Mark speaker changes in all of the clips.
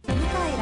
Speaker 1: 蘭の調和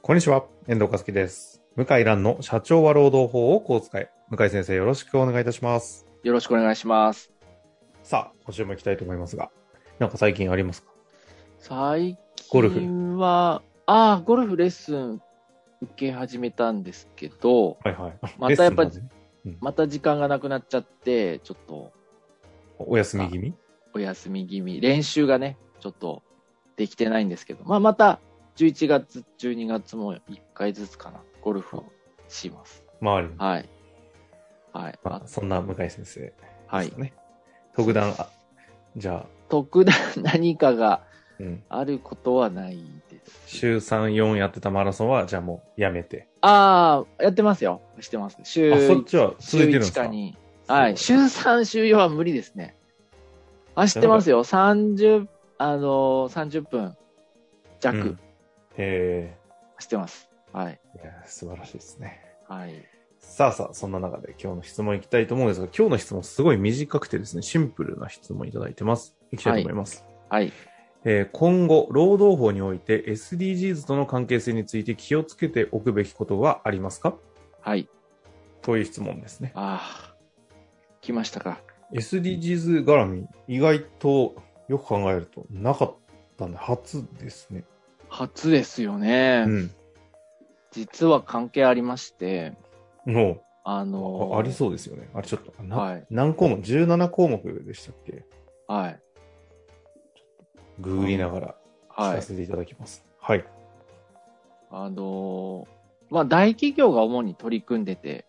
Speaker 2: こんにちは、遠藤和樹です。向井蘭の社長は労働法をこう使え。向井先生、よろしくお願いいたします。
Speaker 3: よろしくお願いします。
Speaker 2: さあ、今週も行きたいと思いますが、なんか最近ありますか
Speaker 3: 最
Speaker 2: ゴル
Speaker 3: 近は、ああ、ゴルフレッスン受け始めたんですけど、
Speaker 2: はいはい。
Speaker 3: またやっぱ
Speaker 2: レッスンのね
Speaker 3: また時間がなくなっちゃって、ちょっと
Speaker 2: お休み気味
Speaker 3: お休み気味、練習がね、ちょっとできてないんですけど、まあまた11月、12月も1回ずつかな、ゴルフをします。
Speaker 2: 周りに。
Speaker 3: はい。はい。
Speaker 2: ま
Speaker 3: あ
Speaker 2: あ、そんな向井先生ですか
Speaker 3: は
Speaker 2: ね。
Speaker 3: い。
Speaker 2: 特段、あじゃあ、
Speaker 3: 特段何かが
Speaker 2: うん。
Speaker 3: あることはないです。
Speaker 2: 週3、4やってたマラソンは、じゃあもうやめて。
Speaker 3: ああ、やってますよ。してます。週
Speaker 2: あ、そっちは続いてるんです
Speaker 3: 週1
Speaker 2: か
Speaker 3: かに。はい。週3、週4は無理ですね。走ってますよ。30、あのー、30分弱
Speaker 2: うん
Speaker 3: 走
Speaker 2: へ
Speaker 3: ってます。はい。
Speaker 2: え。いや、素晴らしいですね。
Speaker 3: はい。
Speaker 2: さあさあ、そんな中で今日の質問いきたいと思うんですが、今日の質問すごい短くてですね、シンプルな質問いただいてます。いきたいと思います。
Speaker 3: はい。
Speaker 2: えー今後、労働法において SDGs との関係性について気をつけておくべきことはありますか
Speaker 3: はい。
Speaker 2: という質問ですね。
Speaker 3: ああ。来ましたか。
Speaker 2: SDGs 絡み、意外とよく考えるとなかったんで、初ですね。
Speaker 3: 初ですよね。
Speaker 2: うん。
Speaker 3: 実は関係ありまして、
Speaker 2: も
Speaker 3: あの
Speaker 2: う、
Speaker 3: ー
Speaker 2: あありそうですよね。あれちょっと、な
Speaker 3: はい
Speaker 2: 何項目 ?17 項目でしたっけ
Speaker 3: はい。
Speaker 2: ググりながら聞
Speaker 3: は
Speaker 2: か
Speaker 3: い。
Speaker 2: せていただきます。はい。
Speaker 3: あのーまあ、大企業が主に取り組んでて、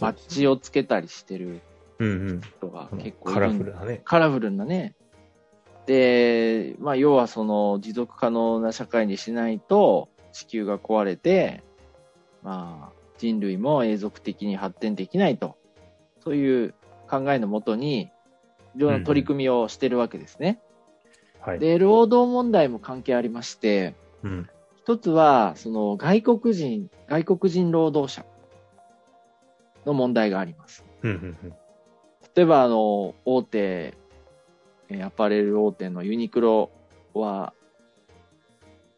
Speaker 3: バッジをつけたりしてる
Speaker 2: うんうん。
Speaker 3: 人が
Speaker 2: この
Speaker 3: 結構い
Speaker 2: カ
Speaker 3: る
Speaker 2: ラ
Speaker 3: ん
Speaker 2: フ
Speaker 3: で
Speaker 2: ルなね。
Speaker 3: カラフルなね。で、まあ、要はその持続可能な社会にしないと地球が壊れて、まあ、人類も永続的に発展できないと、そういう考えのもとに、いろんな取り組みをしてるわけですね。
Speaker 2: はい。
Speaker 3: で、労働問題も関係ありまして、
Speaker 2: うん。
Speaker 3: 一つは、その外国人、外国人労働者の問題があります。
Speaker 2: うんうんうん。
Speaker 3: 例えばあの大手えーアパレル大手のユニクロは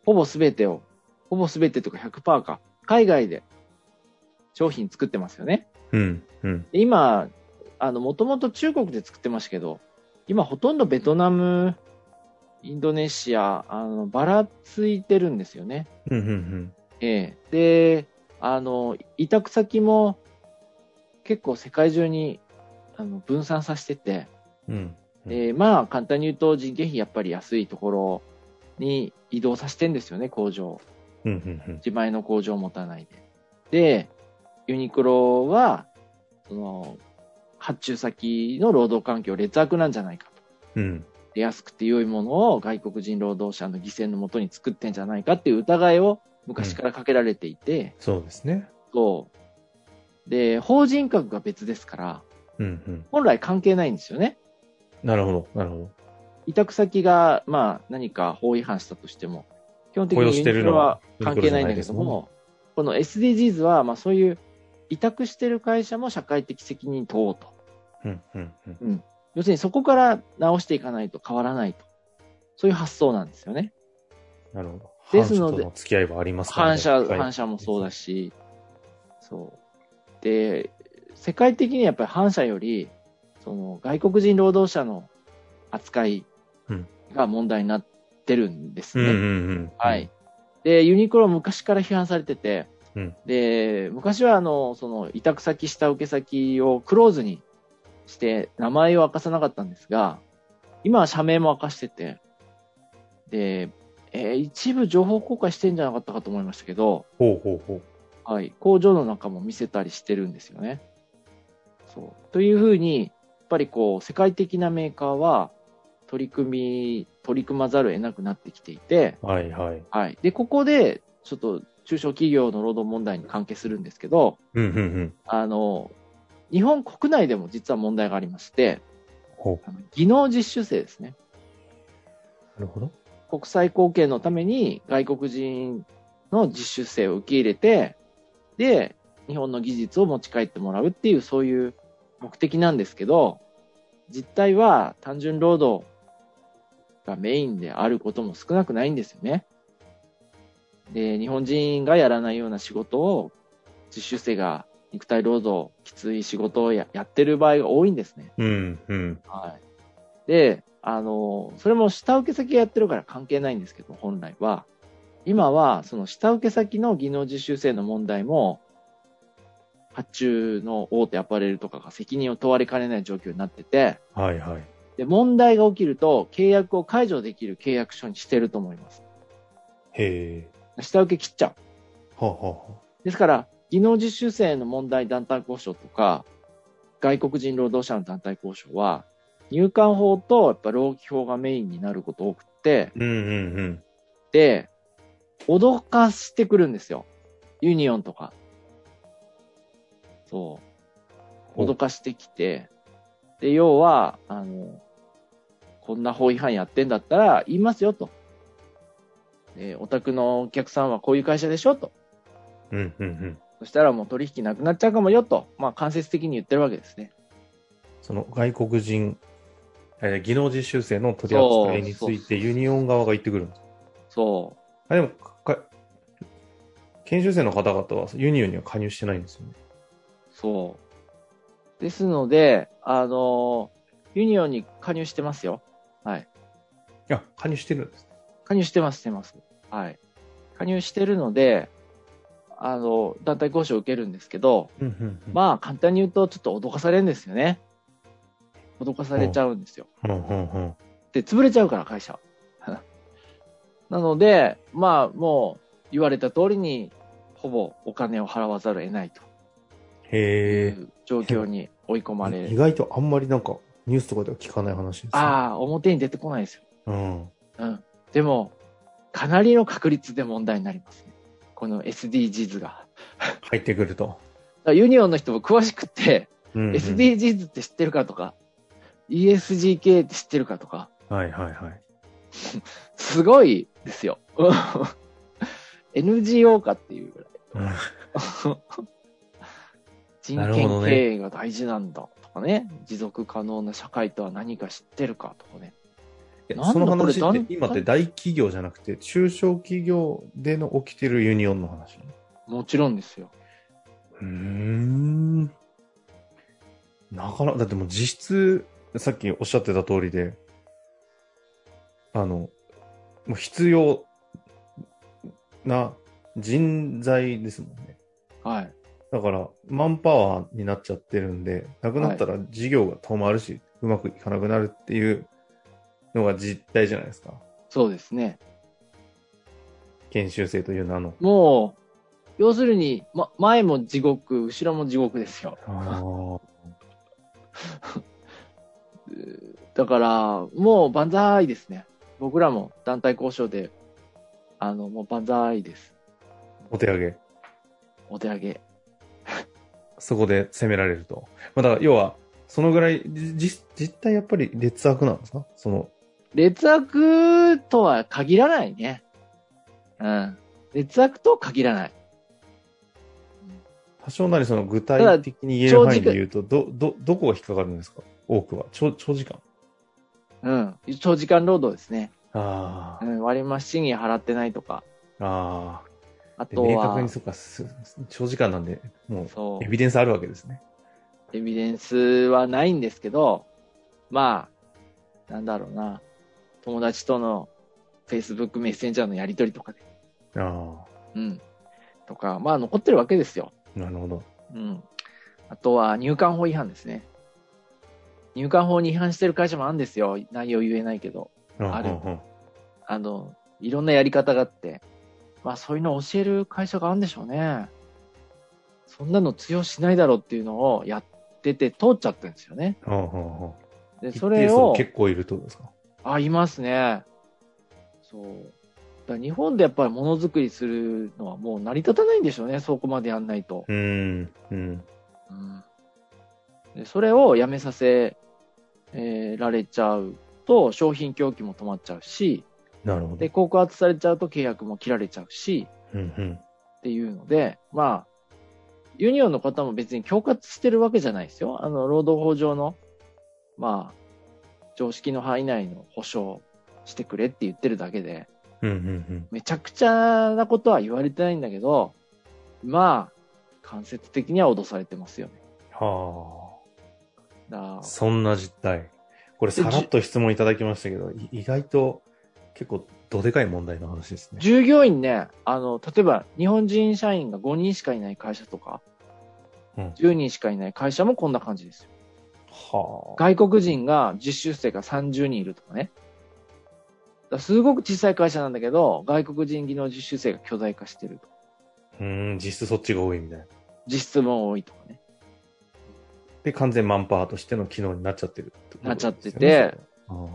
Speaker 3: ほぼ全てをほぼ全てというか100%か海外で商品作ってますよね
Speaker 2: うんうん。
Speaker 3: で今あのもともと中国で作ってましたけど今ほとんどベトナムインドネシアあのばらついてるんですよね
Speaker 2: うんうんうん。
Speaker 3: ええ。で、あの、委託先も結構世界中にあの分散させてて、
Speaker 2: うん。
Speaker 3: で、まあ簡単に言うと人件費やっぱり安いところに移動させてんですよね、工場。
Speaker 2: うんうん
Speaker 3: 自前の工場を持たないで。で、ユニクロは、その、発注先の労働環境劣悪なんじゃないかと。
Speaker 2: うん。うん。
Speaker 3: で安くて良いものを外国人労働者の犠牲のもとに作ってんじゃないかっていう疑いを昔からかけられていて、
Speaker 2: そうですね。
Speaker 3: そう。で、法人格が別ですから、
Speaker 2: うんうん。
Speaker 3: 本来関係ないんですよね。
Speaker 2: なるほど、なるほ
Speaker 3: 委託先が、まあ、何か法違反したとしても、基本
Speaker 2: ど。
Speaker 3: 的
Speaker 2: 雇用
Speaker 3: に
Speaker 2: し
Speaker 3: ユ
Speaker 2: て
Speaker 3: ニク
Speaker 2: る
Speaker 3: ロ
Speaker 2: の
Speaker 3: は
Speaker 2: は
Speaker 3: 関係ないんだけども、この SDGs は、まあ、そういう委託してる会社も社会的責任問おうと。
Speaker 2: ユニクロじゃないですもんね。うんうん
Speaker 3: 要するにそこから直していかないと変わらないと。そういう発想なんですよね。
Speaker 2: うん。なるほど。
Speaker 3: ですので
Speaker 2: 反社と付き合いはありますからね
Speaker 3: 反射、
Speaker 2: はい
Speaker 3: 反射もそうだし、そう。で、世界的にやっぱり反射より、その外国人労働者の扱い
Speaker 2: うん
Speaker 3: が問題になってるんです
Speaker 2: う
Speaker 3: ね。
Speaker 2: んうんうん。
Speaker 3: はい。。で、ユニクロは昔から批判されてて、
Speaker 2: うん
Speaker 3: で、昔はあの、その委託先、下請け先をクローズにして名前を明かさなかったんですが、今は社名も明かしてて、で、えー一部情報公開してんじゃなかったかと思いましたけど、
Speaker 2: ほうほうほう。
Speaker 3: はい、工場の中も見せたりしてるんですよね。そうというふうに、やっぱりこう、世界的なメーカーは、取り組み、取り組まざるを得なくなってきていて、
Speaker 2: はいはい。
Speaker 3: はい。で、ここで、ちょっと中小企業の労働問題に関係するんですけど、
Speaker 2: うんうんうん。
Speaker 3: あの、日本国内でも実は問題がありまして、
Speaker 2: ほ
Speaker 3: あの技能実習生ですね。
Speaker 2: う。なるほど。
Speaker 3: 国際貢献のために外国人の実習生を受け入れて、で、日本の技術を持ち帰ってもらうっていう、そういう目的なんですけど、実態は単純労働がメインであることも少なくないんですよね。で、日本人がやらないような仕事を、実習生が肉体労働、きつい仕事をややってる場合が多いんですね。
Speaker 2: うんうん。
Speaker 3: はい。で、あの、それも下請け先がやってるから関係ないんですけど、本来は。今は、その下請け先の技能実習生の問題も、発注の大手アパレルとかが責任を問われかねない状況になってて、
Speaker 2: はいはい。
Speaker 3: で、問題が起きると、契約を解除できる契約書にしてると思います。
Speaker 2: へえ。
Speaker 3: 下請け切っちゃう。
Speaker 2: はあはあはあ。
Speaker 3: ですから、技能実習生の問題団体交渉とか、外国人労働者の団体交渉は、入管法とやっぱ労基法がメインになること多くて、
Speaker 2: うんうんうん。
Speaker 3: で、脅かしてくるんですよ。ユニオンとか。そう。
Speaker 2: お
Speaker 3: 脅かしてきて、で、要は、あの、こんな法違反やってんだったら言いますよと。で、お宅のお客さんはこういう会社でしょと。
Speaker 2: うんうんうん。
Speaker 3: そしたらもう取引なくなっちゃうかもよと、まあ間接的に言ってるわけですね。
Speaker 2: その外国人、えー技能実習生の取り扱いにつ
Speaker 3: そう
Speaker 2: い
Speaker 3: そうそ
Speaker 2: てユニオン側が言ってくるんですか
Speaker 3: そ
Speaker 2: あ、でも、か研修生の方々はユニオンには加入してないんですよね。
Speaker 3: う、そう。ですので、あの、ユニオンに加入してますよ。はい。
Speaker 2: いや、加入してるんです。
Speaker 3: 加入してます、してます。はい。加入してるので、あの、団体交渉を受けるんですけど、
Speaker 2: うんうんうん。
Speaker 3: まあ簡単に言うとちょっと脅かされるんですよね。脅かされちゃうんですよ。
Speaker 2: うんうんうん。
Speaker 3: で、潰れちゃうから、会社。 なので、まあ、もう、言われた通りに、ほぼお金を払わざるを得ないとい
Speaker 2: へえ。
Speaker 3: う状況に追い込まれ
Speaker 2: 意
Speaker 3: る。
Speaker 2: 外とあんまりなんか、ニュースとかでは聞かない話です、ね。
Speaker 3: ああ、表に出てこないですよ。
Speaker 2: うん。
Speaker 3: うん。でも、かなりの確率で問題になりますね。この SDGs が。
Speaker 2: 入ってくると。
Speaker 3: だからユニオンの人も詳しくて、
Speaker 2: うんうん
Speaker 3: SDGs って知ってるかとか、ESGK って知ってるかとか、
Speaker 2: はいはいはい。
Speaker 3: すごいですよ。 うん NGO かっていうぐらい。
Speaker 2: うん
Speaker 3: 人
Speaker 2: なるほ
Speaker 3: 権
Speaker 2: どね
Speaker 3: 経営が大事なんだとかね持続可能な社会とは何か知ってるかとかね。
Speaker 2: え
Speaker 3: なんだ
Speaker 2: その話
Speaker 3: こ
Speaker 2: っ
Speaker 3: れ
Speaker 2: て、今って大企業じゃなくて、中小企業での起きてるユニオンの話。
Speaker 3: もちろんですよ。
Speaker 2: うーん。なかなか、だってもう実質、さっきおっしゃってた通りで、あの、もう必要な人材ですもんね。
Speaker 3: はい。
Speaker 2: だから、マンパワーになっちゃってるんで、なくなったら事業が止まるし、うまくいかなくなるっていうのが実態じゃないですか。
Speaker 3: そうですね。
Speaker 2: 研修生という名の。
Speaker 3: もう、要するに、ま、前も地獄、後ろも地獄ですよ。
Speaker 2: あ
Speaker 3: だから、もう万歳ですね。僕らも団体交渉で、あの、もう万歳です。
Speaker 2: お手上げ。
Speaker 3: お手上げ。
Speaker 2: そこで攻められると。まあ、だから要は、そのぐらい、じ実実態やっぱり劣悪なんですかその、
Speaker 3: 劣悪とは限らないね。うん。劣悪とは限らない。
Speaker 2: 多少なりその具体的に言える範囲で言うと、ど、ど、どこが引っかかるんですか多くは。長、長時間。
Speaker 3: うん。長時間労働ですね。
Speaker 2: あ
Speaker 3: うん、割増賃金払ってないとか。
Speaker 2: あ、ああ。
Speaker 3: あ
Speaker 2: で
Speaker 3: と
Speaker 2: 明確
Speaker 3: は
Speaker 2: に、そっか、す長時間なんで、もう、
Speaker 3: そ
Speaker 2: エビデンスあるわけですね。
Speaker 3: う、エビデンスはないんですけど、まあ、なんだろうな、友達との Facebook メッセンジャーのやり取りとかで、
Speaker 2: あ
Speaker 3: うん、とか、まあ残ってるわけですよ。
Speaker 2: あ、なるほど。
Speaker 3: うん。あとは入管法違反ですね。入管法に違反してる会社もあるんですよ。内容言えないけど。
Speaker 2: うん
Speaker 3: ある
Speaker 2: うんうん
Speaker 3: あの、いろんなやり方があって、まあそういうのを教える会社があるんでしょうね。そんなの通用しないだろうっていうのをやってて通っちゃったんですよね。
Speaker 2: うんうんうん
Speaker 3: で、
Speaker 2: 一定
Speaker 3: それ
Speaker 2: 数
Speaker 3: を、
Speaker 2: 結構いるってことですか
Speaker 3: あ、いますね。そう。だから日本でやっぱりものづくりするのはもう成り立たないんでしょうね、そこまでやんないと。
Speaker 2: うん。うん。
Speaker 3: うんでそれをやめさせ、えーられちゃうと商品供給も止まっちゃうし、
Speaker 2: なるほど
Speaker 3: で、。告発されちゃうと契約も切られちゃうし、
Speaker 2: うんうん。
Speaker 3: っていうので、まあ、ユニオンの方も別に恐喝してるわけじゃないですよ。あの、労働法上の、まあ、常識の範囲内の保障してくれって言ってるだけで、
Speaker 2: うんうん
Speaker 3: めちゃくちゃなことは言われてないんだけど、まあ、間接的には脅されてますよね。
Speaker 2: うん。は
Speaker 3: だから
Speaker 2: あ。そんな実態。これさらっと質問いただきましたけど、い意外と結構どでかい問題の話ですね。
Speaker 3: 従業員ね、あの、例えば日本人社員が5人しかいない会社とか、
Speaker 2: うん
Speaker 3: 10人しかいない会社もこんな感じですよ。
Speaker 2: はあ。
Speaker 3: 外国人が実習生が30人いるとかね。だからすごく小さい会社なんだけど、外国人技能実習生が巨大化してると。
Speaker 2: うん、実質そっちが多いみたいな。
Speaker 3: 実質も多いとかね。
Speaker 2: で、完全マンパワーとしての機能になっちゃってるってこと
Speaker 3: なっちゃってて
Speaker 2: ですよね、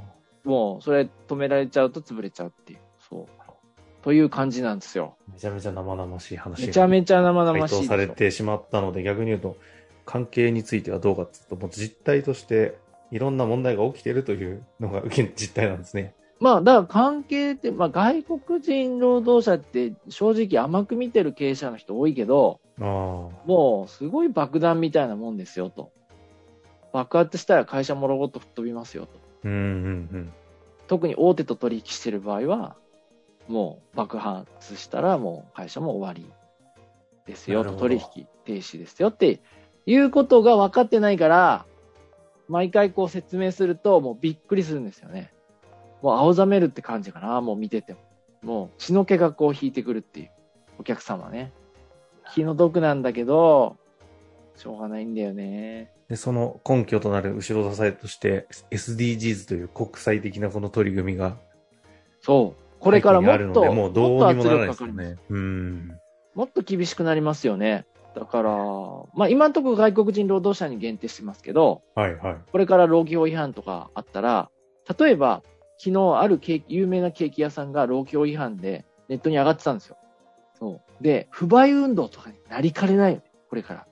Speaker 3: もう、それ止められちゃうと潰れちゃうっていう。そう。という感じなんですよ。
Speaker 2: うんめちゃめちゃ生々しい話が。
Speaker 3: めちゃめちゃ生
Speaker 2: 回
Speaker 3: 々しいで
Speaker 2: 答
Speaker 3: しょ。
Speaker 2: されてしまったので、逆に言うと、関係についてはどうかっていうと、もう実態として、いろんな問題が起きているというのが現実態なんですね。
Speaker 3: まあ、だから関係って、まあ、外国人労働者って正直甘く見てる経営者の人多いけど、
Speaker 2: ああ。
Speaker 3: もうすごい爆弾みたいなもんですよと。爆発したら会社もロボット吹っ飛びますよと。
Speaker 2: うんうん
Speaker 3: 特に大手と取引してる場合は、もう爆発したらもう会社も終わりですよ
Speaker 2: な
Speaker 3: と、
Speaker 2: るほど
Speaker 3: 取引停止ですよっていうことが分かってないから、毎回こう説明するともうびっくりするんですよね。もう青ざめるって感じかな、もう見てても。もう血の気がこう引いてくるっていう、お客様ね。気の毒なんだけど、しょうがないんだよね
Speaker 2: う。ん。で、その根拠となる後ろ支えとして、SDGs という国際的なこの取り組みが、
Speaker 3: そう。これからもっ
Speaker 2: 背景に
Speaker 3: と、
Speaker 2: あるのでもうどうにもならないで
Speaker 3: もっと圧力か
Speaker 2: す
Speaker 3: か
Speaker 2: よ
Speaker 3: ります
Speaker 2: ね。うん。
Speaker 3: もっと厳しくなりますよね。だから、まあ今のところ外国人労働者に限定してますけど、
Speaker 2: はいはい。
Speaker 3: これから労基法違反とかあったら、例えば、昨日あるケーキ、有名なケーキ屋さんが労基法違反でネットに上がってたんですよ。そう。で、不買運動とかになりかねないよね。これから。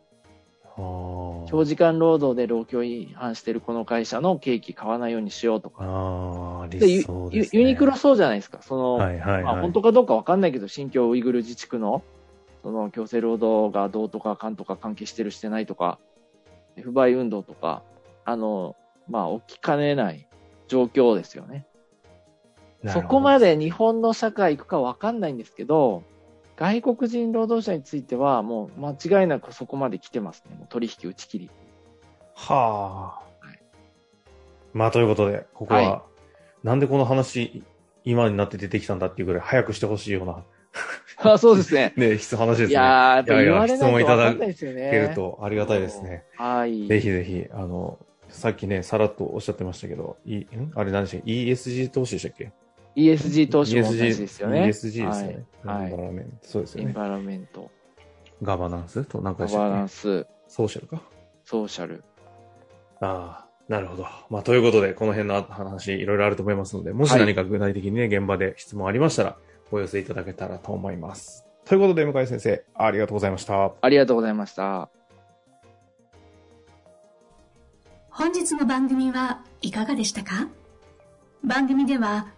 Speaker 3: 長
Speaker 2: あ
Speaker 3: 時間労働で労基法違反してるこの会社のケーキ買わないようにしようと
Speaker 2: あ。
Speaker 3: か。
Speaker 2: ああ、
Speaker 3: で
Speaker 2: 理
Speaker 3: ユ
Speaker 2: 想で
Speaker 3: ユ
Speaker 2: す、ね。
Speaker 3: ユニクロそうじゃないですか。その、
Speaker 2: はいはい
Speaker 3: まあ、
Speaker 2: はい
Speaker 3: 本。当かどうかわかんないけど、新疆ウイグル自治区のその強制労働がどうとかかんとか関係してるしてないとか、不買運動とか、あの、まあ、起きかねない状況ですよね。
Speaker 2: なる
Speaker 3: そ
Speaker 2: ほど
Speaker 3: こまで日本の社会行くかわかんないんですけど、外国人労働者については、もう間違いなくそこまで来てますね。もう取引打ち 切り。
Speaker 2: はあ
Speaker 3: はい。
Speaker 2: まあ、ということで、ここは、
Speaker 3: は
Speaker 2: なんでこの話、今になって出てきたんだっていうぐらい早くしてほしいような、
Speaker 3: あそうですね。
Speaker 2: ね、 質話です
Speaker 3: い
Speaker 2: ね。あ
Speaker 3: やー、やっぱり言わ
Speaker 2: いやいや
Speaker 3: れないと
Speaker 2: 質問い
Speaker 3: 分
Speaker 2: ただ
Speaker 3: かんないですよね。
Speaker 2: けるとありがたいですね。
Speaker 3: はい。
Speaker 2: ぜひぜひ、あの、さっきね、さらっとおっしゃってましたけど、いんあれ何でしたっけ ?ESG 投資でしたっけ
Speaker 3: ESG 投資も同じ
Speaker 2: ESG
Speaker 3: ですよね。
Speaker 2: ESG ですよね。
Speaker 3: はいは
Speaker 2: エ
Speaker 3: い
Speaker 2: ンバラメントそうです
Speaker 3: エ
Speaker 2: よ
Speaker 3: ン
Speaker 2: ね。
Speaker 3: バラメント、
Speaker 2: ガバナンスと何
Speaker 3: ガ
Speaker 2: 回でした
Speaker 3: バナ
Speaker 2: っ
Speaker 3: ン
Speaker 2: け
Speaker 3: ス、
Speaker 2: ソーシャルか。
Speaker 3: ソーシャル。
Speaker 2: ああ、なるほど。まあ、ということで、この辺の話、いろいろあると思いますので、もし
Speaker 3: はい
Speaker 2: 何か具体的にね、現場で質問ありましたら、お寄せいただけたらと思います。ということで、向井先生、ありがとうございました。
Speaker 3: ありがとうございました。
Speaker 1: 本日の番組はいかがでしたか番組では